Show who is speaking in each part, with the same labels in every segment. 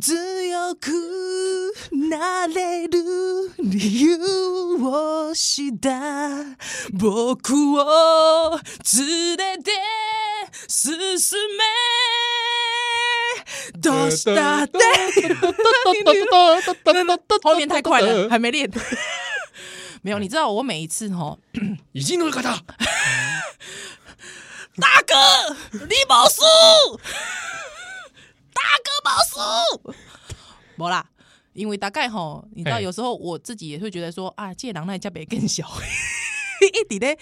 Speaker 1: 強くなれる理由を知った僕を連れて進めどう したって后面太快 了，还没练。没有，你知道我每一次吼，
Speaker 2: 已经の方
Speaker 1: 大哥，你冇输， 大哥冇输，没啦。因为大概吼，你知道，
Speaker 2: 嘿
Speaker 1: 有时候我自己也会觉得说啊，这狼那家别更小， 一直咧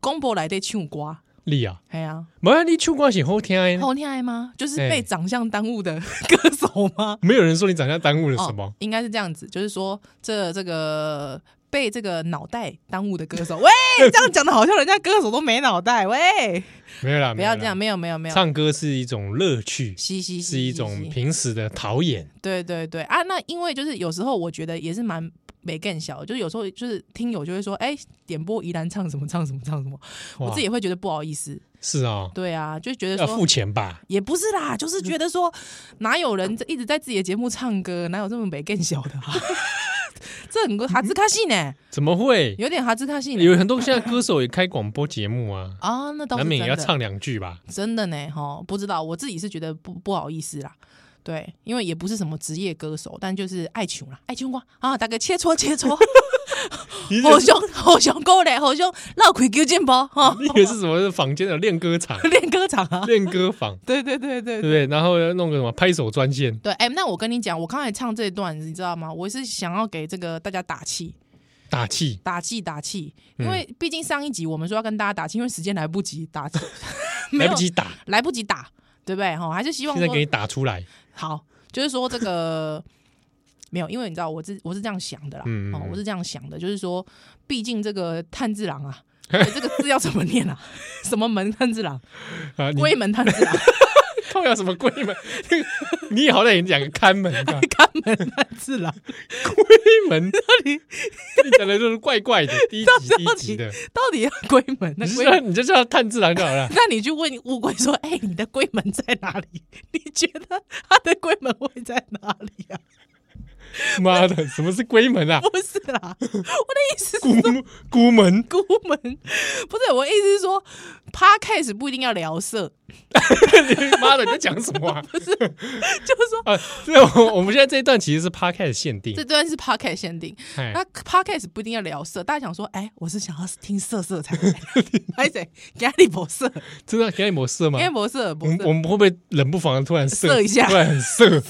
Speaker 1: 公婆来对唱歌，
Speaker 2: 你啊，
Speaker 1: 哎呀、
Speaker 2: 麻烦你唱歌是好听的
Speaker 1: 啊，
Speaker 2: 呢，
Speaker 1: 好听爱吗？就是
Speaker 2: 嗯嘿
Speaker 1: 被长相耽误的歌手吗？
Speaker 2: 没有人说你长相耽误了 什么
Speaker 1: 哦，应该是这样子，就是说这这个被这个脑袋耽误的歌手，喂， 这样讲的好像人家歌手都没脑袋，喂，
Speaker 2: 没有啦，
Speaker 1: 不
Speaker 2: 没有
Speaker 1: 要
Speaker 2: 啦
Speaker 1: 这样，。没有没有没有，
Speaker 2: 唱歌是一种乐趣，
Speaker 1: 嘻嘻嘻，
Speaker 2: 是一
Speaker 1: 嘻
Speaker 2: 种
Speaker 1: 嘻
Speaker 2: 平时的陶冶。
Speaker 1: 对对对啊，那因为就是有时候我觉得也是蛮没更小，就是有时候就是听友就会说，哎、点播宜兰唱什么唱什么唱什么，我
Speaker 2: 哇
Speaker 1: 自己也会觉得不好意思，
Speaker 2: 啊是啊，
Speaker 1: 对啊，就觉得
Speaker 2: 要付
Speaker 1: 说。
Speaker 2: 钱吧？
Speaker 1: 也不是啦，就是觉得说，哪有人一直在自己的节目唱歌，哪有这么没更小的、啊？ 这很哈兹卡西呢，
Speaker 2: 怎么会？
Speaker 1: 有点哈兹卡西呢。
Speaker 2: 有很多现在歌手也开广播节目啊，
Speaker 1: 啊，那 倒是真
Speaker 2: 难免也要
Speaker 1: 的。
Speaker 2: 唱两句 吧？
Speaker 1: 真的呢，哈，不知道，我自己是觉得不不好意思啦，对，因为也不是什么职业歌手，但就是爱穷啦，爱穷瓜啊，大概切磋切磋，
Speaker 2: 你以
Speaker 1: 好
Speaker 2: 为是
Speaker 1: 凶好凶够嘞，好凶绕开丢进包哈，、
Speaker 2: 你以为是什么坊间的 练歌场
Speaker 1: 练歌场啊，
Speaker 2: 练歌坊，
Speaker 1: 对对对对
Speaker 2: 对
Speaker 1: 对。
Speaker 2: 不对？然后要弄个什么拍手专线，
Speaker 1: 对，哎、那我跟你讲，我刚才唱这段，你知道吗？我是想要给这个大家打气，
Speaker 2: 打气，
Speaker 1: 打气，打气，
Speaker 2: 嗯
Speaker 1: 因为毕竟上一集我们说要跟大家打气，因为时间来不及打 气， 没
Speaker 2: 来
Speaker 1: 有
Speaker 2: 不及打，
Speaker 1: 来不及打，对不对？哈，还是希望
Speaker 2: 现
Speaker 1: 说
Speaker 2: 在给你打出来。
Speaker 1: 好，就是说这个 没有，因为你知道我是我是这样想的啦，
Speaker 2: 嗯
Speaker 1: 哦，我是这样想的，就是说，毕竟这个炭治郎 啊，哎这个字要怎么念啊？什么门炭治郎，
Speaker 2: 啊，你
Speaker 1: 龟门炭治郎，
Speaker 2: 靠要什么龟门？ 你好歹也讲个看门 吧，
Speaker 1: 看门炭治 郎，
Speaker 2: 龟门，
Speaker 1: 底
Speaker 2: 你讲的就是怪怪的，低级低级的。
Speaker 1: 到底要龟门？那
Speaker 2: 你就
Speaker 1: 龟。
Speaker 2: 叫你就叫他炭治郎就好了
Speaker 1: 那你去问乌龟说：“哎、你的龟门在哪里？你觉得它的龟门会在哪里啊
Speaker 2: 妈的，什么是龟门？”啊？
Speaker 1: 不是 啦，我的意思是
Speaker 2: 孤孤门，
Speaker 1: 孤门，不是我的意思是说 p o d c a s 不一定要聊 色，
Speaker 2: 妈的，你在讲什么啊？
Speaker 1: 就是说
Speaker 2: 啊，这我我们现在这一段其实是 podcast 限定
Speaker 1: 这，段是 podcast 限定，
Speaker 2: 哎
Speaker 1: 那 podcast 不一定要聊色，大家想说，哎、我是想要听色色才来， 拍谁？给你博色，
Speaker 2: 真的给你抹色吗
Speaker 1: 给？你博色，
Speaker 2: 我
Speaker 1: 博
Speaker 2: 们
Speaker 1: 色
Speaker 2: 我，们会不会冷不防地突然色
Speaker 1: 色一下
Speaker 2: 突然很色，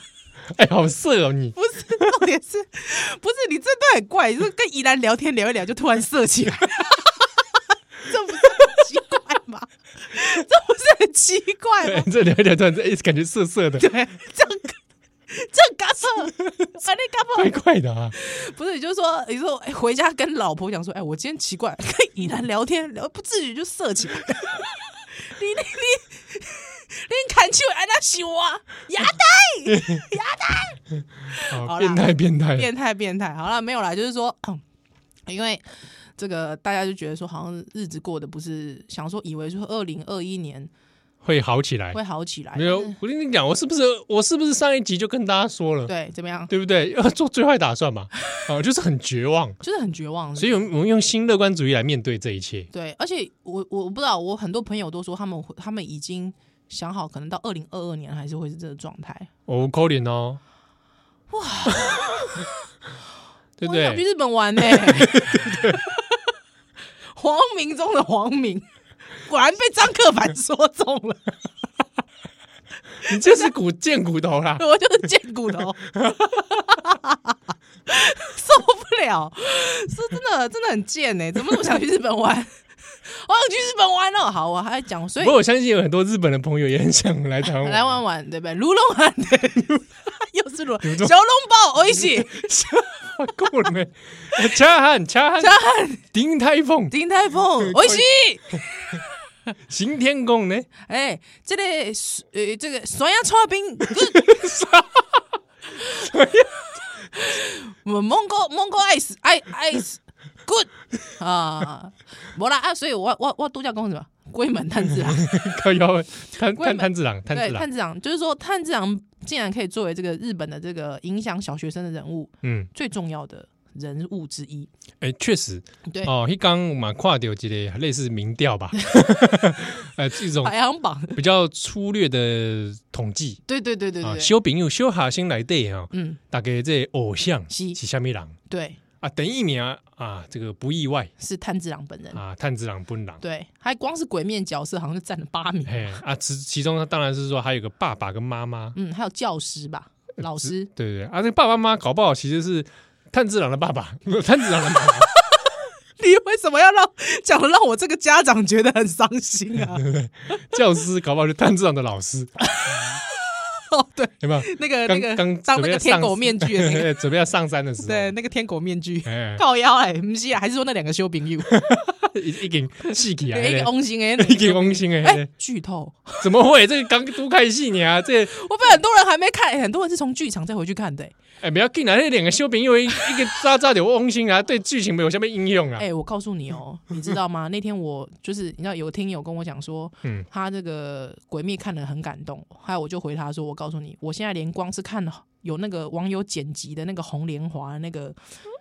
Speaker 2: 哎，好色哦你！
Speaker 1: 不是，重点是， 不是你这段很怪，就是跟怡兰聊天聊一聊就突然色起来， 这不是很奇怪吗？ 这不是很奇怪
Speaker 2: 对
Speaker 1: 吗？，
Speaker 2: 这聊一聊突然哎，感觉色色的，
Speaker 1: 对，这样这干什么？哎，你干嘛
Speaker 2: 怪？怪的啊。
Speaker 1: 不是，你就说，你说、哎回家跟老婆讲说，哎、我今天奇怪，跟怡兰聊天聊不自觉就色起来。 你你 你你砍球安那想啊，牙呆，
Speaker 2: 好，
Speaker 1: 好啦
Speaker 2: 哦变态变 态，
Speaker 1: 变态变态。好了，没有啦，就是说， 因为这个大家就觉得说，好像日子过得不是想说，以为说二零二一年
Speaker 2: 会好起来。
Speaker 1: 会好起来，
Speaker 2: 没有
Speaker 1: 但是，
Speaker 2: 我跟你讲，我是不是我是不是上一集就跟大家说了，
Speaker 1: 对，怎么样？
Speaker 2: 对不 对？要做最坏打算嘛，啊，就是很绝望。
Speaker 1: 就是很绝望。
Speaker 2: 所以，我们我们用新乐观主义来面对这一切。
Speaker 1: 对，而且我我不知道，我很多朋友都说他们会他们已经想好，可能到二零二二年还是会是这个状态。
Speaker 2: 哦，扣脸哦，哇， 对不
Speaker 1: 我很想去
Speaker 2: 对？
Speaker 1: 日本 玩呢、 黄明中的黄明，果然被张克凡说中了。
Speaker 2: 你这是骨贱骨头啦，
Speaker 1: 我就是贱骨头， 受不了，是真的真的很贱呢、怎么那么想去日本玩？我想去日本玩哦，好，我还讲， 所以
Speaker 2: 不过我相信有很多日本的朋友也很想来台湾玩。
Speaker 1: 来玩玩， 对不对？卢龙汉，对又是卢小
Speaker 2: 中
Speaker 1: 笼包，我一起，
Speaker 2: 够了没？恰欸哦汉恰汉
Speaker 1: 加汉
Speaker 2: 顶台风
Speaker 1: 丁台 风，我一起。
Speaker 2: 行天宫呢？
Speaker 1: 哎、这个呃，这个酸鸭炒冰，good
Speaker 2: 啊
Speaker 1: 我蒙古蒙古 ice i ice good 啊，无啦啊，所以我我我度假公什么 龟门探治郎，
Speaker 2: 靠腰摊
Speaker 1: 关
Speaker 2: 摊
Speaker 1: 门
Speaker 2: 摊子郎摊
Speaker 1: 对
Speaker 2: 子郎
Speaker 1: 探治郎，就是说探治郎竟然可以作为这个日本的这个影响小学生的人物
Speaker 2: 嗯，
Speaker 1: 最重要的人物之一。
Speaker 2: 哎，确实
Speaker 1: 对，
Speaker 2: 哦，一刚蛮跨掉一个类似民调 吧，呃，这种
Speaker 1: 排行榜，
Speaker 2: 比较粗略的统计
Speaker 1: 对对对对
Speaker 2: 啊，
Speaker 1: 对，
Speaker 2: 小朋友小下先来对啊，
Speaker 1: 嗯，
Speaker 2: 大概这个偶像
Speaker 1: 是
Speaker 2: 是虾米人
Speaker 1: 对，
Speaker 2: 啊？等一名啊，这个不意外
Speaker 1: 是炭治郎本人。
Speaker 2: 啊，炭治郎本人。
Speaker 1: 对，还光是鬼面角色好像就占了八名，
Speaker 2: 嘿啊，其其中当然是说还有个爸爸跟妈妈，
Speaker 1: 嗯，还有教师吧，
Speaker 2: 呃
Speaker 1: 老师，
Speaker 2: 对对对啊，这爸爸妈妈搞不好其实是炭治郎的爸爸， 没有炭治郎的妈妈，
Speaker 1: 你为什么要让讲的让我这个家长觉得很伤心 啊？
Speaker 2: 教师搞不好是炭治郎的老师，
Speaker 1: 哦，对，
Speaker 2: 有没有？
Speaker 1: 那个
Speaker 2: 刚
Speaker 1: 那个
Speaker 2: 刚
Speaker 1: 当那
Speaker 2: 准备
Speaker 1: 个
Speaker 2: 要
Speaker 1: 天
Speaker 2: 上
Speaker 1: 狗面具 的那个，
Speaker 2: 对，准备要上山的时候，
Speaker 1: 对，那个天狗面具。
Speaker 2: 哎，
Speaker 1: 靠腰哎、欸，不是啊，还是说那两个修饼友，
Speaker 2: 一一顶戏起 来
Speaker 1: 对一个
Speaker 2: 嘞，
Speaker 1: 翁型哎，
Speaker 2: 一顶翁星
Speaker 1: 哎、
Speaker 2: 哎，
Speaker 1: 剧透，
Speaker 2: 怎么会？这个刚都看戏你啊，这
Speaker 1: 我被很多人还没看，欸很多人是从剧场再回去看的、欸。
Speaker 2: 哎不要紧啊，那两个修平因为一个渣渣的翁星啊，对剧情没有什么应用啊
Speaker 1: 哎、，我告诉你哦、你知道吗？那天我就是你知道有听友跟我讲说，
Speaker 2: 嗯
Speaker 1: 他这个《鬼灭》看了很感动，还有我就回他说，我告诉你，我现在连光是看有那个网友剪辑的那个红莲华的那个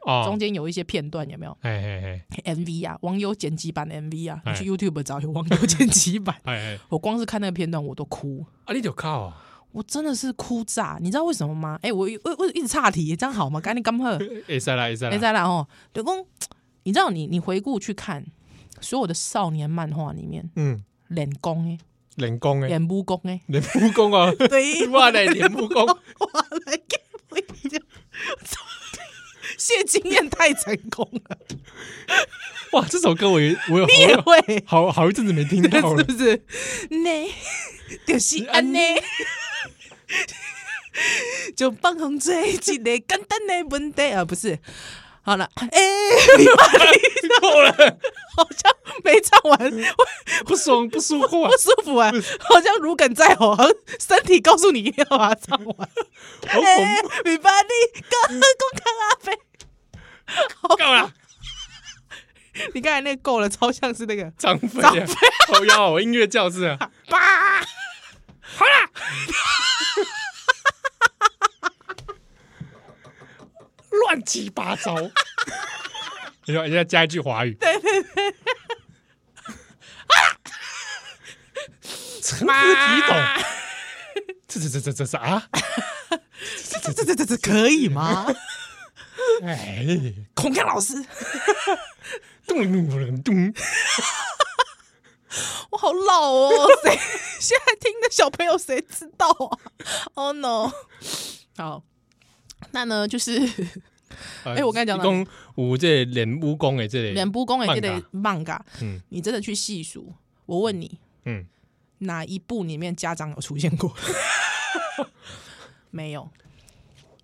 Speaker 1: 中
Speaker 2: 哦，
Speaker 1: 间有一些片段，有没有
Speaker 2: 哎哎哎
Speaker 1: MV 啊？网友剪辑版的 MV 啊，你
Speaker 2: 哎。
Speaker 1: 去 YouTube 找有网友剪辑版
Speaker 2: 哎哎，
Speaker 1: 我光是看那个片段我都哭，
Speaker 2: 啊你就靠啊。
Speaker 1: 我真的是哭炸，你知道为什么吗？哎、我我我一直岔题，这样好吗？赶紧干喝。
Speaker 2: 会使啦，会使
Speaker 1: 没
Speaker 2: 啦，
Speaker 1: 在啦哦，刘公，你知道你你回顾去看所有的少年漫画里面，
Speaker 2: 嗯，
Speaker 1: 练功诶，
Speaker 2: 练功诶，
Speaker 1: 练武功诶，
Speaker 2: 练武功 啊，
Speaker 1: 对
Speaker 2: 我来练武功，
Speaker 1: 我来给我一点，谢经验太成功 了，
Speaker 2: 哇，这首歌我有我有
Speaker 1: 你也
Speaker 2: 好
Speaker 1: 会。
Speaker 2: 好好一阵子没听到
Speaker 1: 是
Speaker 2: 了，
Speaker 1: 不是？呢，哦 就是安呢， 就放空做一个简单的问题 啊，不是？好了， 哎、
Speaker 2: 够了，
Speaker 1: 好像没唱 完，
Speaker 2: 不爽不舒服啊
Speaker 1: 不！舒服啊，好像如鲠在喉，好 像身体告诉你要把它唱完。
Speaker 2: 好恐怖，
Speaker 1: 米巴利刚刚看阿飞，
Speaker 2: 够了，
Speaker 1: 你刚才那个够了，超像是那 个
Speaker 2: 张飞啊，好要我音乐教室啊，
Speaker 1: 爸。
Speaker 2: 好啦， 乱七八糟。你说，人家加一句华语，对对对，陈思提懂，这这这这这这啊！
Speaker 1: 这这这这这这可以 吗？
Speaker 2: 哎，
Speaker 1: 孔锵老师，
Speaker 2: 咚咚咚咚，
Speaker 1: 我好老 哦，谁现在听的小朋友谁知道啊？Oh no！好，那呢就是
Speaker 2: 哎
Speaker 1: 哎我刚才讲哪里
Speaker 2: 讲有这个练武功的这个
Speaker 1: 脸部公演这类 manga，
Speaker 2: 嗯
Speaker 1: 你真的去细数，我问你，
Speaker 2: 嗯，
Speaker 1: 哪一部里面家长有出现过？ 没有，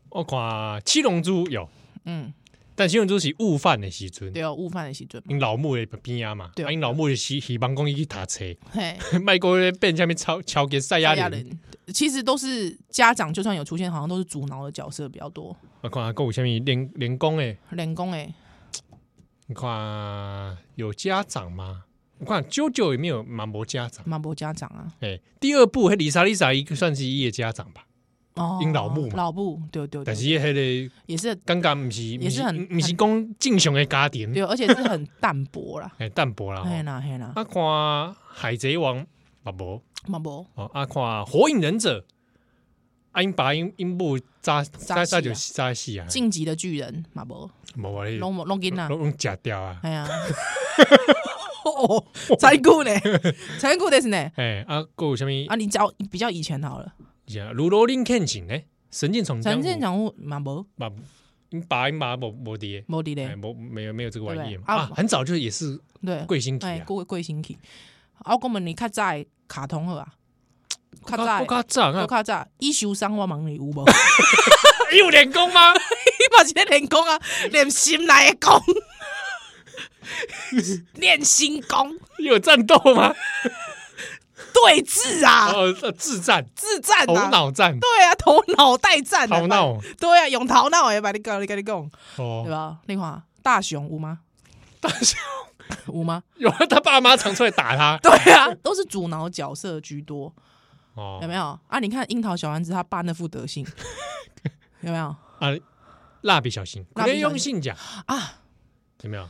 Speaker 2: 我看七龙珠有，
Speaker 1: 嗯，
Speaker 2: 但七龙珠是悟饭的时阵，
Speaker 1: 对哦，悟饭的时准嘛，
Speaker 2: 因老母的边啊嘛，
Speaker 1: 对
Speaker 2: 啊因老母是希希望讲伊去读册，
Speaker 1: 嘿，
Speaker 2: 卖过咧变下面超超给赛亚人。
Speaker 1: 人其实都是家长，就算有出现，好像都是阻挠的角色比较多。
Speaker 2: 我看还有下面练练功诶，
Speaker 1: 人工哎，
Speaker 2: 你看有家长吗？我看啾啾有没有蛮无家长？
Speaker 1: 马博家长啊，
Speaker 2: 哎、第二部迄丽莎丽莎一个算是伊的家长吧，
Speaker 1: 哦，
Speaker 2: 因老母嘛
Speaker 1: 老母，对对对，
Speaker 2: 但是迄个
Speaker 1: 也是
Speaker 2: 感觉毋是，
Speaker 1: 也是很
Speaker 2: 毋是讲正常的家庭，。
Speaker 1: 对，而且是很淡薄啦
Speaker 2: 哎、淡薄啦吼。
Speaker 1: 嘿啦嘿啦，
Speaker 2: 啊，看海贼王嘛无，
Speaker 1: 马博
Speaker 2: 哦，啊看火影忍者，啊因爸因因母扎
Speaker 1: 啊
Speaker 2: 扎扎就扎死啊，
Speaker 1: 晋级的巨人马博
Speaker 2: 无啊，拢
Speaker 1: 龙龙金啦，
Speaker 2: 拢食掉啊。
Speaker 1: 哎 呀，哦，残酷呢，残酷的是呢。
Speaker 2: 哎，啊，还有什么？
Speaker 1: 啊，你讲比较以前好了，
Speaker 2: 啊，如罗林看景呢？神剑闯江
Speaker 1: 咱
Speaker 2: 湖
Speaker 1: 正讲马博
Speaker 2: 嘛，因爸因妈无无的，
Speaker 1: 摩迪
Speaker 2: 哎，
Speaker 1: 嘞，
Speaker 2: 无没有没有这个玩意嘛
Speaker 1: 对不对啊
Speaker 2: 啊，很早就也是
Speaker 1: 对，
Speaker 2: 贵星体
Speaker 1: 哎，
Speaker 2: 啊，
Speaker 1: 贵贵星去，啊，我讲问你较早的卡通好啊，较早
Speaker 2: 我
Speaker 1: 的
Speaker 2: 较早
Speaker 1: 我
Speaker 2: 啊，
Speaker 1: 较早伊受伤我问你有无？
Speaker 2: 哎有练功吗？
Speaker 1: 你嘛是咧练 功啊，练心来的功，练心功，
Speaker 2: 有战斗吗？
Speaker 1: 对峙啊，
Speaker 2: 哦，呃智战，
Speaker 1: 自战
Speaker 2: 头
Speaker 1: 啊，
Speaker 2: 脑战，
Speaker 1: 对啊，头脑代战啊，
Speaker 2: 头脑
Speaker 1: 对啊，用头脑诶，把你讲，你跟你讲，对
Speaker 2: 哦，
Speaker 1: 吧？你看大雄有吗？
Speaker 2: 但是
Speaker 1: 有吗？
Speaker 2: 有啊他爸妈常出来打他，
Speaker 1: 对啊，都是主脑角色居多。
Speaker 2: 哦，
Speaker 1: 有没有啊？你看樱桃小丸子他爸那副德 行，有没有
Speaker 2: 啊？蜡笔小新，
Speaker 1: 蜡笔
Speaker 2: 可
Speaker 1: 小新
Speaker 2: 以用信讲，
Speaker 1: 啊？
Speaker 2: 有没有？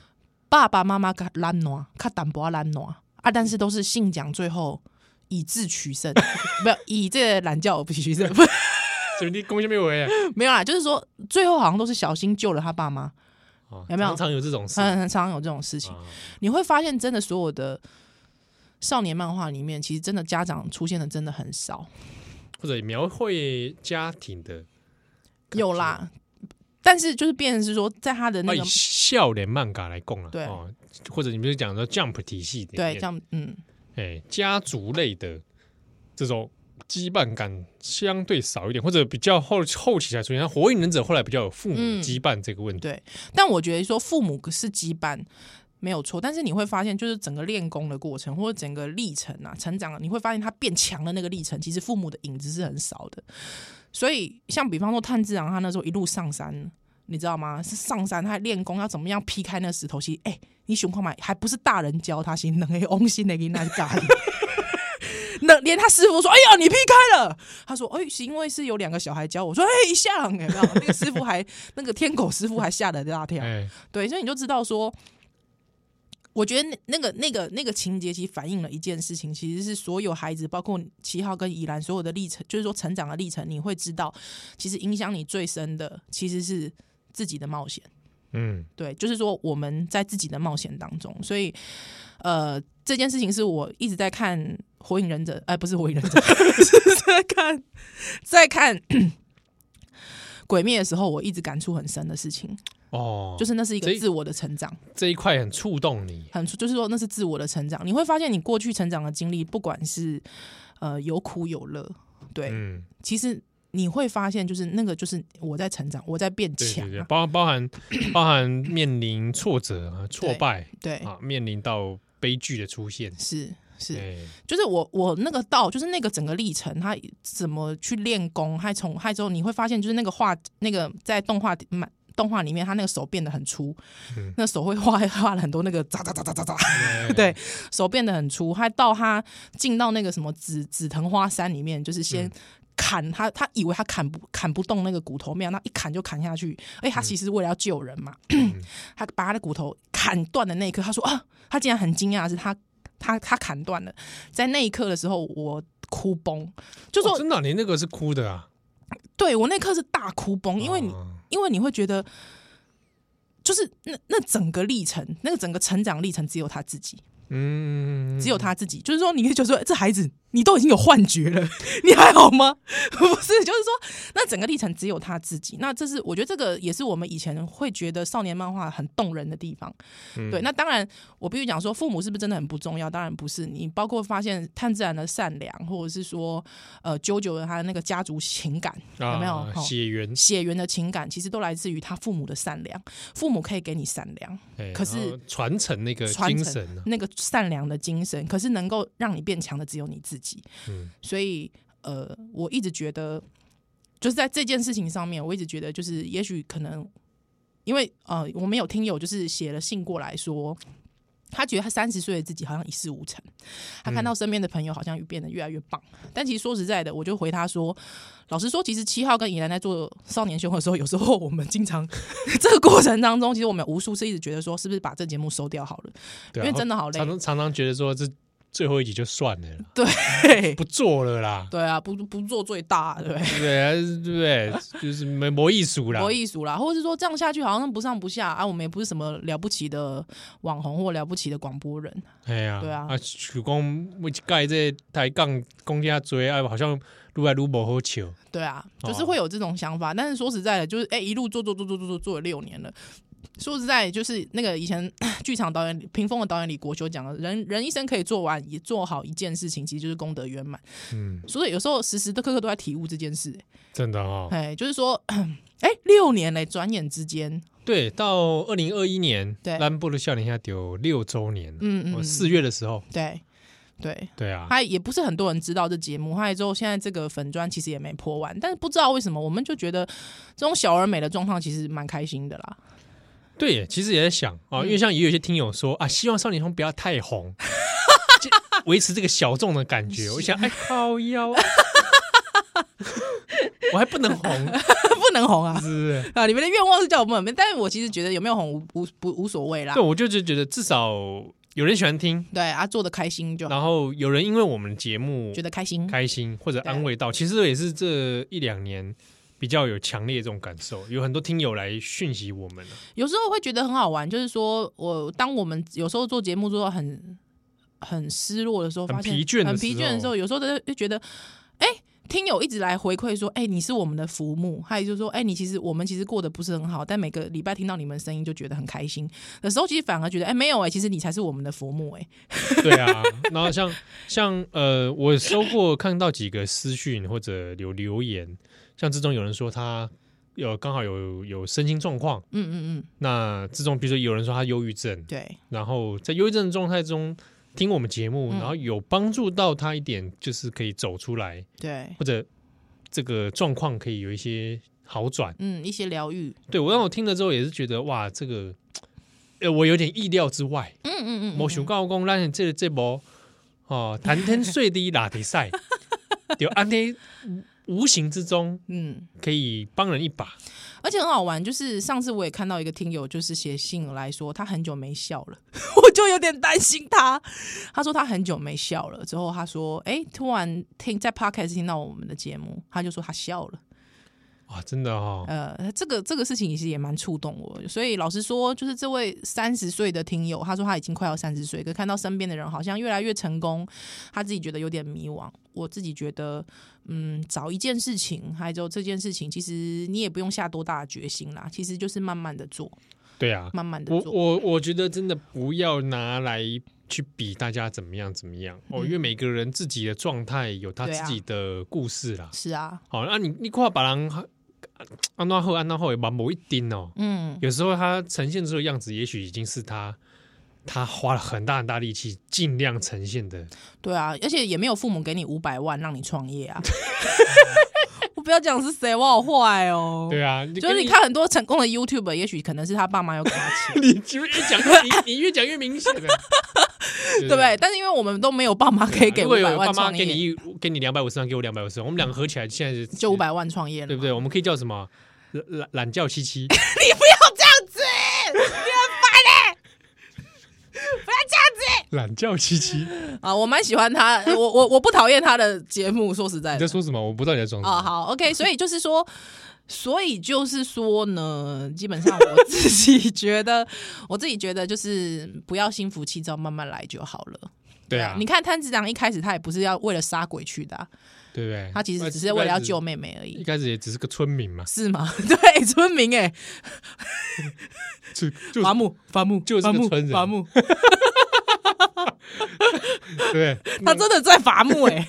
Speaker 1: 爸爸妈妈较懒惰，较淡薄仔懒惰啊，但是都是信讲最后以智取胜， 没有以这个懒觉取胜，不 是
Speaker 2: 所以你攻击没 回来，
Speaker 1: 没有啦，就是说最后好像都是小新救了他爸妈，
Speaker 2: 哦
Speaker 1: 有没有嗯
Speaker 2: 常常有这种事
Speaker 1: 很很常有这种事情。
Speaker 2: 啊
Speaker 1: 你会发现，真的所有的少年漫画里面，其实真的家长出现的真的很少，
Speaker 2: 或者描绘家庭的
Speaker 1: 有啦。但是就是变成是说，在他的那
Speaker 2: 那以
Speaker 1: 个
Speaker 2: 笑脸漫画来供了，
Speaker 1: 对
Speaker 2: 哦，或者你们就讲到 Jump 体系里
Speaker 1: 对
Speaker 2: 面，
Speaker 1: 这样，嗯，
Speaker 2: 哎，家族类的这种羁绊感相对少一点，或者比较后后期才出现。像火影忍者后来比较有父母
Speaker 1: 嗯
Speaker 2: 羁绊这个问题，
Speaker 1: 对但我觉得说父母是羁绊没有错，但是你会发现，就是整个练功的过程或者整个历程啊，成长，你会发现他变强的那个历程，其实父母的影子是很少的。所以，像比方说炭治郎，他那时候一路上山，你知道吗？是上山，他练功要怎么样劈开那石头？其实，哎、你想看嘛，还不是大人教他，是能给翁心的给那干。 那连他师傅说：“哎呀，你劈开了。”他说：“哎，是因为是有两个小孩教我。”我说：“哎，像有没有？那个师傅还那个天狗师傅还吓了一大跳。”
Speaker 2: 哎，
Speaker 1: 对，所以你就知道说，我觉得那那个那个那个情节其实反映了一件事情，其实是所有孩子，包括七号跟怡兰所有的历程，就是说成长的历程，你会知道，其实影响你最深的其实是自己的冒险。
Speaker 2: 嗯，
Speaker 1: 对，就是说我们在自己的冒险当中，所以呃，这件事情是我一直在看《火影忍者》，哎、不是《火影忍者》，是在看在看《鬼灭》的时候，我一直感触很深的事情，
Speaker 2: 哦，
Speaker 1: 就是那是一
Speaker 2: 所
Speaker 1: 个
Speaker 2: 以
Speaker 1: 自我的成长。
Speaker 2: 这一块很触动你，
Speaker 1: 很就是说那是自我的成长。你会发现你过去成长的经历，不管是呃有苦有乐，对，
Speaker 2: 嗯，
Speaker 1: 其实你会发现就是那个就是我在成长，我在变
Speaker 2: 对
Speaker 1: 强
Speaker 2: 对对，
Speaker 1: 啊、
Speaker 2: 包 包含包含面临挫折啊、挫败
Speaker 1: 对，
Speaker 2: 啊，面临到悲剧的出现，
Speaker 1: 是是。
Speaker 2: 哎，
Speaker 1: 就是我我那个道，就是那个整个历程，他怎么去练功，还从还之后你会发现，就是那个画那个在动画漫动画里面，他那个手变得很粗，
Speaker 2: 嗯
Speaker 1: 那手会画画了很多那个渣渣渣渣渣渣，
Speaker 2: 哎
Speaker 1: 对，手变得很粗，还到他进到那个什么紫紫藤花山里面，就是
Speaker 2: 嗯
Speaker 1: 先。砍他，他以为他砍不砍不动那个骨头，没想到一砍就砍下去。哎，
Speaker 2: 嗯
Speaker 1: 他其实为了要救人嘛， 他把他的骨头砍断的那一刻，他说啊，他竟然很惊讶的是他他他砍断了，在那一刻的时候我哭崩，就
Speaker 2: 哦
Speaker 1: 说、
Speaker 2: 真的啊，你那个是哭的啊，
Speaker 1: 对我那一刻是大哭崩，因为你、
Speaker 2: 哦
Speaker 1: 因为你会觉得，就是那那整个历程，那个整个成长历程只有他自己，
Speaker 2: 嗯，
Speaker 1: 只有他自己，就是说，你会觉得说，这孩子你都已经有幻觉了， 你还好吗？ 不是，就是说，那整个历程只有他自己。那这是我觉得这个也是我们以前会觉得少年漫画很动人的地方。
Speaker 2: 嗯
Speaker 1: 对，那当然，我必须讲说，父母是不是真的很不重要？当然不是。你包括发现炭治然的善良，或者是说，呃，啾啾的他的那个家族情感，有没有
Speaker 2: 啊
Speaker 1: 哦
Speaker 2: 血缘？
Speaker 1: 血缘的情感，其实都来自于他父母的善良。父母可以给你善良，
Speaker 2: 哎
Speaker 1: 可是
Speaker 2: 然后传承那个
Speaker 1: 传承
Speaker 2: 精神啊
Speaker 1: 那个善良的精神，可是能够让你变强的只有你自己。
Speaker 2: 嗯
Speaker 1: 所以呃，我一直觉得，就是在这件事情上面，我一直觉得就是，也许可能因为呃，我们有听友就是写了信过来说。他觉得他三十岁的自己好像一事无成，他看到身边的朋友好像变得越来越棒，但其实说实在的，我就回他说：“老实说，其实七号跟怡兰在做少年秀的时候，有时候我们经常 这个过程当中，其实我们无数次一直觉得说，是不是把这节目收掉好了？
Speaker 2: 对啊
Speaker 1: 因为真的好累
Speaker 2: 常常常常觉得说这最后一集就算了啦，
Speaker 1: 对
Speaker 2: 不做了啦，
Speaker 1: 对啊，不不做最大， 对不对？
Speaker 2: 对不对 啊？对不对？就是没没艺术啦
Speaker 1: 博，艺术啦，或者是说这样下去好像不上不下啊，我们也不是什么了不起的网红或了不起的广播人，
Speaker 2: 哎呀，
Speaker 1: 对啊
Speaker 2: 啊，许光我盖这抬杠公家追，哎，好像撸来撸不好球，
Speaker 1: 对啊，
Speaker 2: 哦
Speaker 1: 就是会有这种想法。但是说实在的，就是哎、一路做做做做做做做了六年了。说实在，就是那个以前剧场导演屏风的导演李国修讲的，人人一生可以做完也做好一件事情，其实就是功德圆满。
Speaker 2: 嗯，
Speaker 1: 所以有时候时时刻刻都在体悟这件事、
Speaker 2: 真的哦。
Speaker 1: 哎、就是说，哎、六年嘞，转眼之间，
Speaker 2: 对，到二零二一年，
Speaker 1: 对
Speaker 2: 兰博的笑脸下有六周年，
Speaker 1: 嗯嗯
Speaker 2: 我
Speaker 1: 嗯，
Speaker 2: 四月的时候，
Speaker 1: 对对，
Speaker 2: 对啊，
Speaker 1: 他也不是很多人知道这节目，他也之后现在这个粉砖其实也没破完，但是不知道为什么，我们就觉得这种小而美的状况其实蛮开心的啦。
Speaker 2: 哦
Speaker 1: 嗯
Speaker 2: 对耶，其实也在想啊，因为像也有一些听友说啊，希望少年红不要太红，维持这个小众的感觉。我想，哎，靠腰， 我还不能 红，
Speaker 1: 不能红啊
Speaker 2: 是不是？
Speaker 1: 啊！你们的愿望是叫我们红，但是我其实觉得有没有红无无不无所谓啦
Speaker 2: 对，。我就是觉得至少有人喜欢听，
Speaker 1: 对啊，做的开心就好，
Speaker 2: 然后有人因为我们节目
Speaker 1: 觉得开心。
Speaker 2: 开心或者
Speaker 1: 嗯对
Speaker 2: 安慰到，其实这也是这一两年比较有强烈这种 感受，有很多听友来讯息我们啊了。
Speaker 1: 有时候会觉得很好玩，就是说我当我们有时候做节目做到很很失落的时候，
Speaker 2: 很
Speaker 1: 发现
Speaker 2: 疲倦的
Speaker 1: 很疲倦的时
Speaker 2: 时
Speaker 1: 候，
Speaker 2: 候
Speaker 1: 有时候就就觉得，哎、听友一直来回馈说，哎、你是我们的浮木，还有就是说，哎、你其实我们其实过得不是很好，但每个礼拜听到你们声音就觉得很开心的时候，其实反而觉得，哎、没有哎、其实你才是我们的浮木哎、
Speaker 2: 对啊，然后像像呃，我收过看到几个私讯或者有留言，像之中有人说他有刚好有有身心状况，
Speaker 1: 嗯嗯嗯，
Speaker 2: 那之中比如说有人说他忧郁症，
Speaker 1: 对，
Speaker 2: 然后在忧郁症的状态中听我们节目，
Speaker 1: 嗯
Speaker 2: 然后有帮助到他一点，就是可以走出来，
Speaker 1: 对，
Speaker 2: 或者这个状况可以有一些好转。
Speaker 1: 嗯，一些疗愈，
Speaker 2: 对我让我听了之后也是觉得哇，这个呃我有点意料之外。
Speaker 1: 嗯嗯嗯
Speaker 2: 我想告讲，咱这这波哦谈天说地拉 比赛，就安尼无形之中
Speaker 1: 嗯。
Speaker 2: 可以帮人一把。
Speaker 1: 而且很好玩，就是上次我也看到一个听友，就是写信来说他很久没笑了， 我就有点担心他。他说他很久没笑了，之后他说，哎、突然听在 podcast 听到我们的节目，他就说他笑了。
Speaker 2: 哇，真的哦，
Speaker 1: 呃，这个这个事情其实也蛮触动我的，所以老实说，就是这位三十岁的听友，他说他已经快要三十岁，可看到身边的人好像越来越成功，他自己觉得有点迷惘。我自己觉得，嗯，找一件事情，还有这件事情，其实你也不用下多大的决心啦，其实就是慢慢的做，
Speaker 2: 对啊，
Speaker 1: 慢慢的
Speaker 2: 我
Speaker 1: 做。
Speaker 2: 我我觉得真的不要拿来去比大家怎么样怎么样哦，因为每个人自己的状态有他
Speaker 1: 嗯对啊
Speaker 2: 自己的故事啦。
Speaker 1: 是啊，
Speaker 2: 好，那、你你看把人安那后安那后也蛮某一丁哦，
Speaker 1: 嗯，
Speaker 2: 有时候他呈现出的样子，也许已经是他他花了很大很大力气尽量呈现的。
Speaker 1: 对啊，而且也没有父母给你五百万让你创业 啊。我不要讲是谁，我好坏哦。
Speaker 2: 对啊，就
Speaker 1: 就是你，看很多成功的 YouTube，也许可能是他爸妈有给他钱。
Speaker 2: 你就越讲越明，你越讲越明显了，对啊
Speaker 1: 对不对？？但是因为我们都没有爸妈可以给
Speaker 2: 如
Speaker 1: 五
Speaker 2: 果有
Speaker 1: 百
Speaker 2: 爸
Speaker 1: 万
Speaker 2: 妈
Speaker 1: 创
Speaker 2: 给你
Speaker 1: 业，嗯
Speaker 2: 一给你两百五十万，给我两百五十万，我们两个合起来现在是
Speaker 1: 就五，百万创业了，
Speaker 2: 对不对？？我们可以叫什么？懒懒懒觉七七，
Speaker 1: 你不要这样子，你很烦嘞、不要这样
Speaker 2: 懒觉七七，你
Speaker 1: 子啊！我蛮喜欢他， 我我我不讨厌他的节目，说实在的
Speaker 2: 在说什么？我不知道你在装什
Speaker 1: 啊、
Speaker 2: 么。
Speaker 1: 好，OK，所以就是说。所以就是说呢，基本上我自己觉得， 我自己觉得就是不要心浮气躁，慢慢来就好了。
Speaker 2: 对啊
Speaker 1: 你，看摊子长一开始他也不是要为了杀鬼去的啊、
Speaker 2: 对不对？
Speaker 1: 他其实只是为了要救，妹妹而
Speaker 2: 一
Speaker 1: 已，
Speaker 2: 开始也只是个村民嘛，
Speaker 1: 是吗？ 对，村民哎、
Speaker 2: 就就
Speaker 1: 伐木，伐木，
Speaker 2: 就是
Speaker 1: 伐
Speaker 2: 个
Speaker 1: 木
Speaker 2: 村人
Speaker 1: 伐木，
Speaker 2: 对
Speaker 1: 他真的在伐木哎、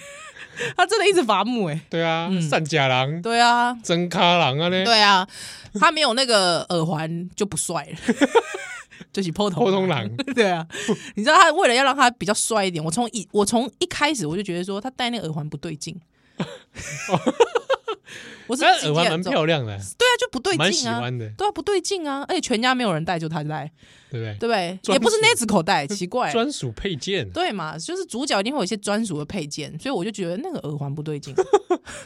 Speaker 1: 他真的一直伐木哎、
Speaker 2: 对啊，善假郎、
Speaker 1: 对啊，
Speaker 2: 真卡郎啊嘞，
Speaker 1: 对啊，他没有那个耳环就不帅了， 就是破头
Speaker 2: 破通郎，
Speaker 1: 对啊，你知道他为了要让他比较帅一点，我从一我从一开始我就觉得说他戴那个耳环不对劲。我是
Speaker 2: 哦 但哎耳
Speaker 1: 直
Speaker 2: 环
Speaker 1: 接
Speaker 2: 蛮
Speaker 1: 走
Speaker 2: 漂亮的，
Speaker 1: 对啊，就不对
Speaker 2: 蛮喜
Speaker 1: 劲啊，
Speaker 2: 欢的，
Speaker 1: 对啊，不对劲啊，而且全家没有人戴，就他戴，
Speaker 2: 对不对？
Speaker 1: 对不对？
Speaker 2: 专
Speaker 1: 也不是
Speaker 2: 属
Speaker 1: 那只口袋，奇怪，
Speaker 2: 专属配件，
Speaker 1: 对嘛，就是主角一定会有一些专属的配件，所以我就觉得那个耳环不对 劲，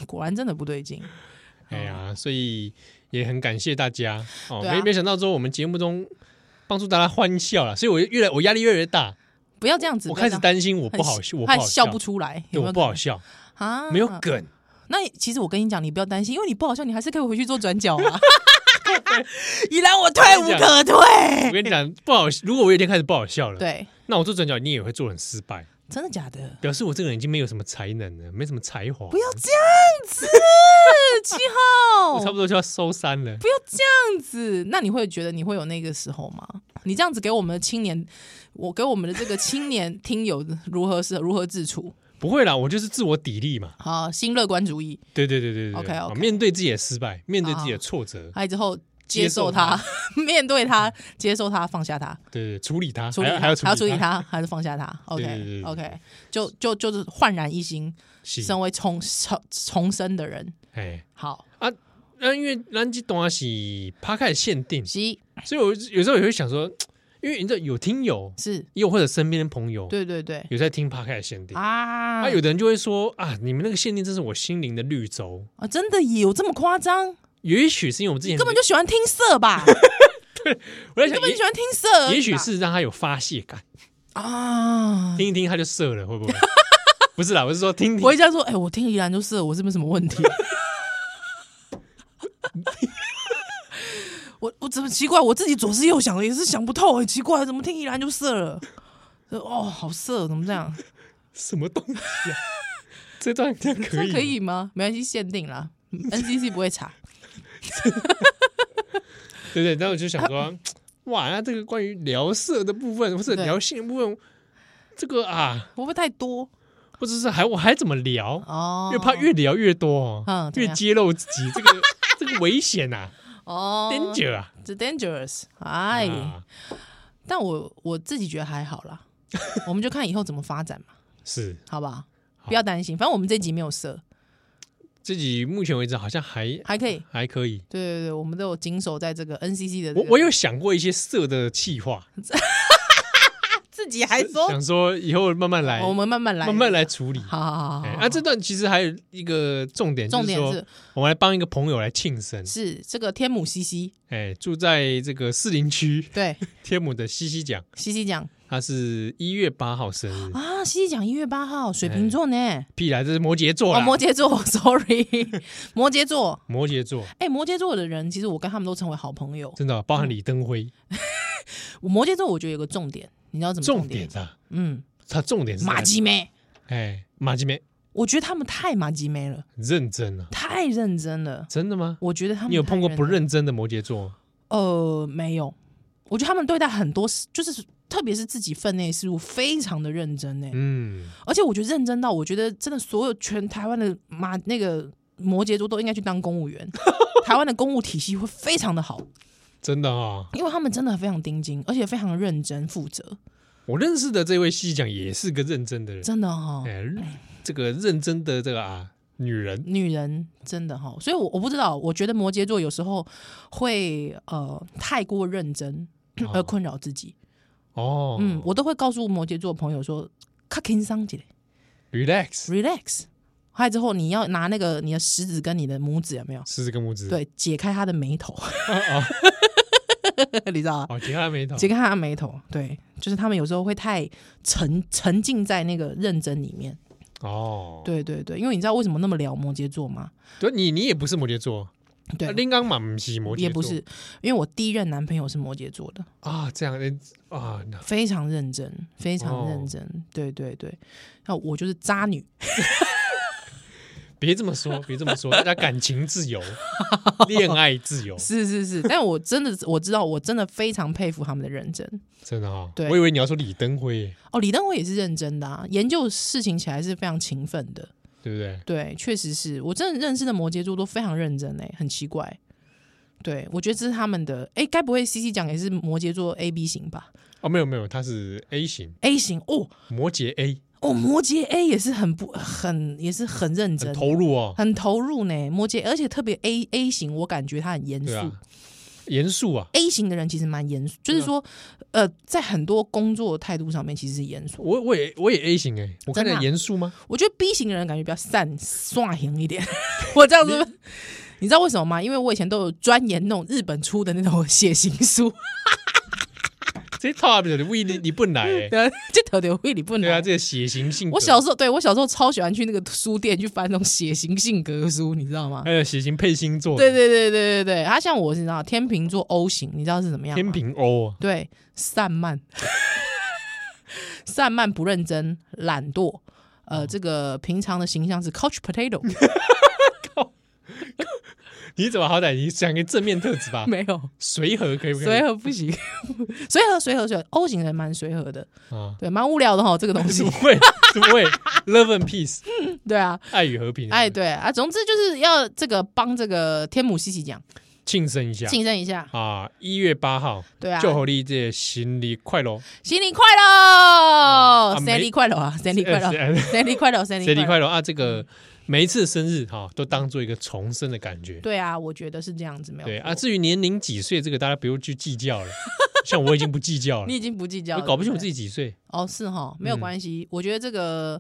Speaker 1: 果然真的不对劲。
Speaker 2: 哎呀，所以也很感谢大家哦，
Speaker 1: 对啊
Speaker 2: 没没想到说我们节目中帮助大家欢笑了，所以我越来我压力越来越大，
Speaker 1: 不要这样子，
Speaker 2: 我
Speaker 1: 不要
Speaker 2: 开
Speaker 1: 这
Speaker 2: 始
Speaker 1: 样
Speaker 2: 担心我
Speaker 1: 很
Speaker 2: 不好笑，我不
Speaker 1: 怕
Speaker 2: 好
Speaker 1: 笑不出来，
Speaker 2: 对
Speaker 1: 有没
Speaker 2: 我
Speaker 1: 有
Speaker 2: 不好笑，
Speaker 1: 可能啊？
Speaker 2: 没有。梗，
Speaker 1: 那其实我跟你讲，你不要担心，因为你不好笑，你还是可以回去做转角 啊。依然我退无可
Speaker 2: 我
Speaker 1: 退。
Speaker 2: 跟你讲，不好，如果我有一天开始不好笑了，
Speaker 1: 对，
Speaker 2: 那我做转角你也会做得很失败，
Speaker 1: 真的假的？
Speaker 2: 表示我这个人已经没有什么才能了，没什么才华，
Speaker 1: 不要这样子，七
Speaker 2: 我
Speaker 1: 号，
Speaker 2: 差不多就要收山了。
Speaker 1: 不要这样子。那你会觉得你会有那个时候吗？你这样子给我们的青年，我给我们的这个青年听友如何是如何自处？
Speaker 2: 不会啦，我就是自我砥砺嘛。
Speaker 1: 好，新乐观主义，
Speaker 2: 对对对对对
Speaker 1: OK，OK
Speaker 2: 啊面对自己的失败，面对自
Speaker 1: 哦
Speaker 2: 己的挫折，
Speaker 1: 还有之后接
Speaker 2: 接
Speaker 1: 受
Speaker 2: 受
Speaker 1: 它，面对它，接受它，放下它，
Speaker 2: 对对，对处理它，
Speaker 1: 处理
Speaker 2: 还要
Speaker 1: 它
Speaker 2: 还要处
Speaker 1: 还要处理
Speaker 2: 理它，
Speaker 1: 它，还是放下它
Speaker 2: 对对对
Speaker 1: ？OK
Speaker 2: 对
Speaker 1: OK，就就就是焕然一新，
Speaker 2: 是
Speaker 1: 成为重重重生的人。
Speaker 2: 哎。
Speaker 1: 好，
Speaker 2: 那因为咱这东西是趴开始限定，
Speaker 1: 西
Speaker 2: 所以我有时候也会想说，因为你这有听友，
Speaker 1: 是，
Speaker 2: 又或者身边的朋友
Speaker 1: 对对对，
Speaker 2: 有在听 p 开的限定，
Speaker 1: 啊，
Speaker 2: 啊，有的人就会说啊，你们那个限定真是我心灵的绿洲。
Speaker 1: 啊，真的有这么夸张？
Speaker 2: 也许是因为我们之前
Speaker 1: 根本就喜欢听色吧？
Speaker 2: 我在
Speaker 1: 根
Speaker 2: 想，
Speaker 1: 本就喜欢听色而已吧，
Speaker 2: 也也许是让他有发泄感，
Speaker 1: 啊。
Speaker 2: 听一听他就射了，会 不会？不是啦，我是说听
Speaker 1: 我
Speaker 2: 听
Speaker 1: 一家说，哎、我听宜兰就色，我是不是什么问题？我我怎么奇怪？我自己左思右想，也是想不透、很奇怪，怎么听宜兰就色了？哦，好色，怎么这样？
Speaker 2: 什么东西啊？ 这段这样 可
Speaker 1: 这
Speaker 2: 以
Speaker 1: 可以吗？没关系，限定 啦，NCC 不会查。
Speaker 2: 对不对？然后我就想说， 哇，那这个关于聊色的部分或者
Speaker 1: 对
Speaker 2: 聊性的部分，这个啊，
Speaker 1: 会不会太多
Speaker 2: 或者是还我还怎么聊？
Speaker 1: 哦？
Speaker 2: 越怕越聊越多哦，
Speaker 1: 嗯怎么
Speaker 2: 越
Speaker 1: 样
Speaker 2: 揭露自己，这个这个危险呐
Speaker 1: 哦
Speaker 2: ，danger 啊！
Speaker 1: 这 dangerous，哎，
Speaker 2: 啊
Speaker 1: 但我我自己觉得还好 啦，我们就看以后怎么发展嘛，
Speaker 2: 是
Speaker 1: 好不好？不要担心，反正我们这集没有色，
Speaker 2: 自己目前为止好像还
Speaker 1: 还可以。
Speaker 2: 还可以。
Speaker 1: 对对对，我们都有谨守在这个 NCC 的、这
Speaker 2: 我
Speaker 1: 个
Speaker 2: 我有想过一些色的气话，
Speaker 1: 自己还哎说，哦
Speaker 2: 想说以后慢慢来，
Speaker 1: 我们慢慢来，
Speaker 2: 慢慢来处理。
Speaker 1: 好。好好好好
Speaker 2: 哎，啊，这段其实还有一个重点，
Speaker 1: 重点
Speaker 2: 就是说我们来帮一个朋友来庆生，
Speaker 1: 是这个天母西西，
Speaker 2: 哎，住在这个士林区
Speaker 1: 对，
Speaker 2: 天母的西西奖，
Speaker 1: 西西讲
Speaker 2: 他是一月八号生日，
Speaker 1: 啊，西西讲一月八号，水瓶座呢，
Speaker 2: 屁啦，这是摩羯座
Speaker 1: 哦，
Speaker 2: 哎啦，
Speaker 1: 摩羯座 ，sorry，摩羯座，
Speaker 2: 摩羯座，
Speaker 1: 哎、摩羯座的人，其实我跟他们都成为好朋友。
Speaker 2: 真的哦包含李登辉，
Speaker 1: 摩羯座我觉得有个重点，你知道怎么
Speaker 2: 重
Speaker 1: 点
Speaker 2: 点？啊，
Speaker 1: 嗯，
Speaker 2: 他重点是
Speaker 1: 马吉妹，
Speaker 2: 哎，马吉梅
Speaker 1: 我觉得他们太马吉妹了，
Speaker 2: 认真啊，
Speaker 1: 太认真了。
Speaker 2: 真的吗？
Speaker 1: 我觉得他们
Speaker 2: 你有碰过
Speaker 1: 太
Speaker 2: 不？认真的摩羯座？
Speaker 1: 呃，没有。我觉得他们对待很多事，就是特别是自己分内事物，非常的认真呢、欸
Speaker 2: 嗯，
Speaker 1: 而且我觉得认真到，我觉得真的所有全台湾的马那个摩羯座都应该去当公务 员。台湾的公务体系会非常的好，
Speaker 2: 真的啊，
Speaker 1: 因为他们真的非常盯紧，而且非常认真负责，
Speaker 2: 我认识的这位西西奖也是个认真的人，
Speaker 1: 真的哦哈、
Speaker 2: 哎，这个认真的这个啊女人，
Speaker 1: 女人真的哈，所以我我不知道，我觉得摩羯座有时候会呃太过认真而困扰自己。
Speaker 2: 哦，
Speaker 1: 嗯，我都会告诉摩羯座朋友说，卡轻松点
Speaker 2: ，relax，
Speaker 1: ，relax。还有之后，你要拿那个你的食指跟你的拇指有没有？
Speaker 2: 是这个拇指，
Speaker 1: 对，解开他的眉头，
Speaker 2: 哦哦
Speaker 1: 你知道吗？
Speaker 2: 哦，其他没头，
Speaker 1: 解开他的眉头，对，就是他们有时候会太沉沉浸在那个认真里面。
Speaker 2: 哦，
Speaker 1: 对对对，因为你知道为什么那么聊摩羯座吗？
Speaker 2: 对，你你也不是摩羯座，
Speaker 1: 对
Speaker 2: 啊，林刚嘛不是摩羯座，
Speaker 1: 也不是，因为我第一任男朋友是摩羯座的。
Speaker 2: 啊，这样哎啊，那
Speaker 1: 非常认真，非常认真，
Speaker 2: 哦
Speaker 1: 对对对。那我就是渣女，
Speaker 2: 别这么 说，别这么说，大家感情自由，恋爱自由，
Speaker 1: 是是是，但我真的我知道，我真的非常佩服他们的认真。
Speaker 2: 真的哈，
Speaker 1: 对
Speaker 2: 我以为你要说李登辉，
Speaker 1: 哦，李登辉也是认真的啊，研究事情起来是非常勤奋的。
Speaker 2: 对不对？
Speaker 1: 对，确实是我真的认识的摩羯座都非常认真哎、很奇怪。对，我觉得这是他们的哎，该不会 C C 讲也是摩羯座 A B 型吧
Speaker 2: 哦，没有没有，他是 A 型
Speaker 1: ？A 型哦
Speaker 2: 摩羯 A，
Speaker 1: 哦，摩羯 A 也是很不很也是很认真
Speaker 2: 很，投入哦，
Speaker 1: 很投入呢。摩羯，而且特别 A A 型，我感觉他很严
Speaker 2: 对
Speaker 1: 肃。
Speaker 2: 啊，严肃啊，
Speaker 1: A 型的人其实蛮严肃，就是说，呃，在很多工作态度上面其实是严肃。
Speaker 2: 我我也我也 A 型哎，我看起
Speaker 1: 真的
Speaker 2: 来
Speaker 1: 啊
Speaker 2: 严肃吗？
Speaker 1: 我觉得 B 型的人感觉比较散散型一点。 我这样子，你知道为什么吗？因为我以前都有钻研那种日本出的那种血型书，
Speaker 2: 这套啊，不是为你你不 来哎，
Speaker 1: 对啊，这头的会理不
Speaker 2: 对啊，
Speaker 1: 能。
Speaker 2: 这个血型性格，
Speaker 1: 我小时候，对我小时候超喜欢去那个书店去翻那种血型性格书，你知道吗
Speaker 2: 还？有血型配星座，
Speaker 1: 对，对对对对对，他像我是你知道天秤座 O 型，你知道是怎么样吗？
Speaker 2: 天平 O 啊，
Speaker 1: 对，散漫，散漫不认真，懒惰。呃，
Speaker 2: 哦
Speaker 1: 这个平常的形象是 couch potato，
Speaker 2: 你怎么好歹你讲个正面特质吧，
Speaker 1: 没有
Speaker 2: 随和可以不可以？
Speaker 1: 随和不行， 随和随和随和，O 型人蛮随和的，
Speaker 2: 啊，
Speaker 1: 对，蛮无聊的哈，哦这个东西
Speaker 2: 不，会不会，Love and Peace，
Speaker 1: 对啊，
Speaker 2: 爱与和平，
Speaker 1: 哎，对啊，总之就是要这个帮这个天母西西讲
Speaker 2: 庆生一下
Speaker 1: 庆生一下，
Speaker 2: 啊！一月八号，
Speaker 1: 对啊，
Speaker 2: 祝福你这新年快乐，
Speaker 1: 新年快乐，
Speaker 2: 啊
Speaker 1: 生日
Speaker 2: 没
Speaker 1: 快乐啊，生日快乐，
Speaker 2: 呃是
Speaker 1: 生日快乐，生嗯
Speaker 2: 呃
Speaker 1: 日
Speaker 2: 新年
Speaker 1: 快乐，
Speaker 2: 快乐啊！这个每一次的生日哈，都当做一个重生的感觉。
Speaker 1: 对啊，我觉得是这样子，没有
Speaker 2: 对
Speaker 1: 错
Speaker 2: 啊，至于年龄几岁，这个大家不用去计较 了。像我已经不计较
Speaker 1: 你
Speaker 2: 了，
Speaker 1: 已经不计较
Speaker 2: 我
Speaker 1: 了，
Speaker 2: 搞不清
Speaker 1: 对对
Speaker 2: 楚自己几岁。
Speaker 1: 哦，是哈，没有
Speaker 2: 嗯
Speaker 1: 关系。我觉得这个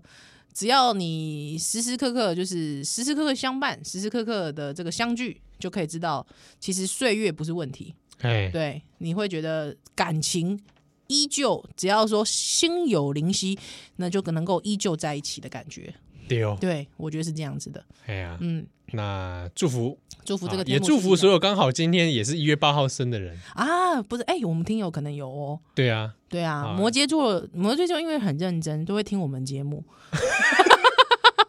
Speaker 1: 只要你时时刻刻就是时时刻刻相伴，时时刻刻的这个相聚，就可以知道，其实岁月不是问题。
Speaker 2: 哎，
Speaker 1: 对，你会觉得感情依旧，只要说心有灵犀，那就能够依旧在一起的感觉。
Speaker 2: 对哦，
Speaker 1: 对，我觉得是这样子的。
Speaker 2: 哎呀，
Speaker 1: 嗯，
Speaker 2: 那祝福，
Speaker 1: 祝福这
Speaker 2: 啊
Speaker 1: 个
Speaker 2: 也
Speaker 1: 天幕
Speaker 2: 祝
Speaker 1: 是
Speaker 2: 福
Speaker 1: 这
Speaker 2: 所
Speaker 1: 样
Speaker 2: 有刚好今天也是一月八号生 的人。
Speaker 1: 啊，不是，哎、我们听友可能有哦。
Speaker 2: 对啊，
Speaker 1: 对啊，
Speaker 2: 啊
Speaker 1: 摩羯座，摩羯座因为很认真，都会听我们节目，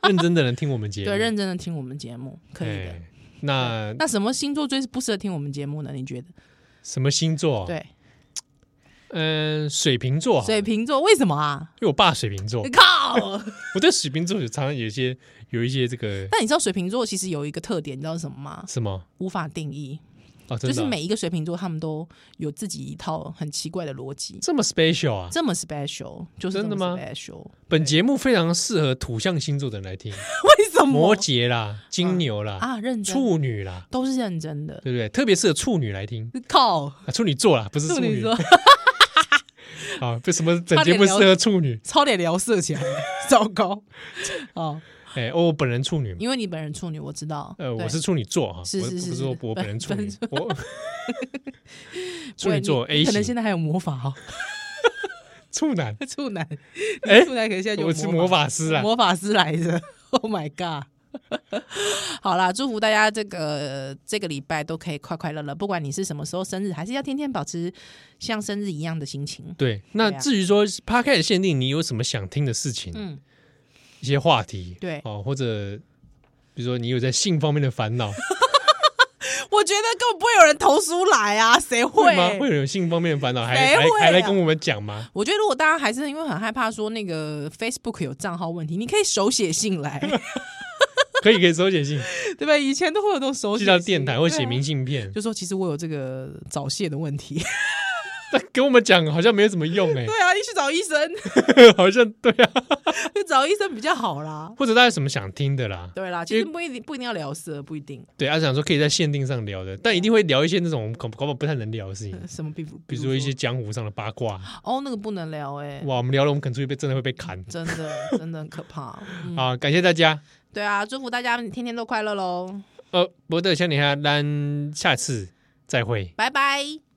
Speaker 2: 认真的人听我们节目，
Speaker 1: 对，认真的听我们节目，可以的。
Speaker 2: 哎那
Speaker 1: 那什么星座最不适合听我们节目呢？你觉得？
Speaker 2: 什么星座？，啊
Speaker 1: 对，
Speaker 2: 嗯，水瓶座好了，
Speaker 1: 水瓶座为什么啊？
Speaker 2: 因为我爸水瓶座
Speaker 1: 你，靠！
Speaker 2: 我对水瓶座有常常有一些有一些这个
Speaker 1: 但你知道水瓶座其实有一个特点，你知道是什么吗？
Speaker 2: 什么
Speaker 1: 无法定义，
Speaker 2: 啊，真
Speaker 1: 就
Speaker 2: 的
Speaker 1: 是
Speaker 2: 啊
Speaker 1: 每一个水瓶座他们都有自己一套很奇怪的逻辑。
Speaker 2: 这么 special 啊！
Speaker 1: 这么 special，就是
Speaker 2: 真的
Speaker 1: 这么
Speaker 2: 吗
Speaker 1: ？special，
Speaker 2: 本节目非常适合土象星座的人来听，
Speaker 1: 为什么？
Speaker 2: 摩羯啦、金牛啦、
Speaker 1: 啊，认真
Speaker 2: 处女啦，
Speaker 1: 都是认真的。
Speaker 2: 对不对？特别适合处女来听，
Speaker 1: 靠，
Speaker 2: 啊、处女座啦，不是处
Speaker 1: 处
Speaker 2: 女
Speaker 1: 女座
Speaker 2: 啊，不什么整节目适合处女？
Speaker 1: 超得聊色起来， 糟糕。哦，
Speaker 2: 哎，哦，我本人处女嘛，
Speaker 1: 因为你本人处女，我知道。
Speaker 2: 呃，
Speaker 1: 对
Speaker 2: 我是处女座啊，
Speaker 1: 是
Speaker 2: 我
Speaker 1: 是
Speaker 2: 我
Speaker 1: 是
Speaker 2: 不
Speaker 1: 是
Speaker 2: 说我本人处女， 我 处
Speaker 1: 喂
Speaker 2: 女
Speaker 1: 你
Speaker 2: 座
Speaker 1: 你
Speaker 2: A
Speaker 1: 可能现
Speaker 2: 型，
Speaker 1: 在还有魔法哦，
Speaker 2: 处男，
Speaker 1: 处男，
Speaker 2: 哎
Speaker 1: 处男可能现在就有
Speaker 2: 我是魔法师啊，
Speaker 1: 魔法师来着。Oh my god！好啦，祝福大家这个这个礼拜都可以快快乐乐，不管你是什么时候生日，还是要天天保持像生日一样的心情。
Speaker 2: 对，那
Speaker 1: 对啊
Speaker 2: 至于说 p o d c a s t 限定，你有什么想听的事情，
Speaker 1: 嗯，
Speaker 2: 一些话题，
Speaker 1: 对
Speaker 2: 哦，或者比如说你有在性方面的烦 恼，
Speaker 1: 我觉得根本不会有人投书来啊，谁
Speaker 2: 会吗？会有性方面的烦恼，还
Speaker 1: 谁
Speaker 2: 还
Speaker 1: 会
Speaker 2: 还来
Speaker 1: 啊
Speaker 2: 跟我们讲吗？
Speaker 1: 我觉得如果大家还是因为很害怕说那个 Facebook 有账号问题，你可以手写信 来，
Speaker 2: 可以，可以手 写信，
Speaker 1: 对吧？以前都会有那种手写信
Speaker 2: 寄到电台或
Speaker 1: 对啊
Speaker 2: 写明信片，
Speaker 1: 就说其实我有这个早泄的问题。
Speaker 2: 但跟我们讲好像没有什么用 哎
Speaker 1: 对，啊，你去找医生，
Speaker 2: 好像对啊，
Speaker 1: 去找医生比较好啦。
Speaker 2: 或者大家有什么想听的啦，
Speaker 1: 对啦，其实不一定不一定要聊色，不一定
Speaker 2: 对，阿想说可以在限定上聊的，但一定会聊一些那种搞搞不好不太能聊的事情
Speaker 1: 呃， 什么比如
Speaker 2: 比如说一些江湖上的八卦，
Speaker 1: 哦，那个不能聊哎、
Speaker 2: 哇，我们聊了我们可能就会被真的会被砍
Speaker 1: 真的真的很可怕。嗯，
Speaker 2: 啊！感谢大家，
Speaker 1: 对啊，祝福大家天天都快乐喽，
Speaker 2: 呃，博德像你哈，咱下次再会。
Speaker 1: 拜拜。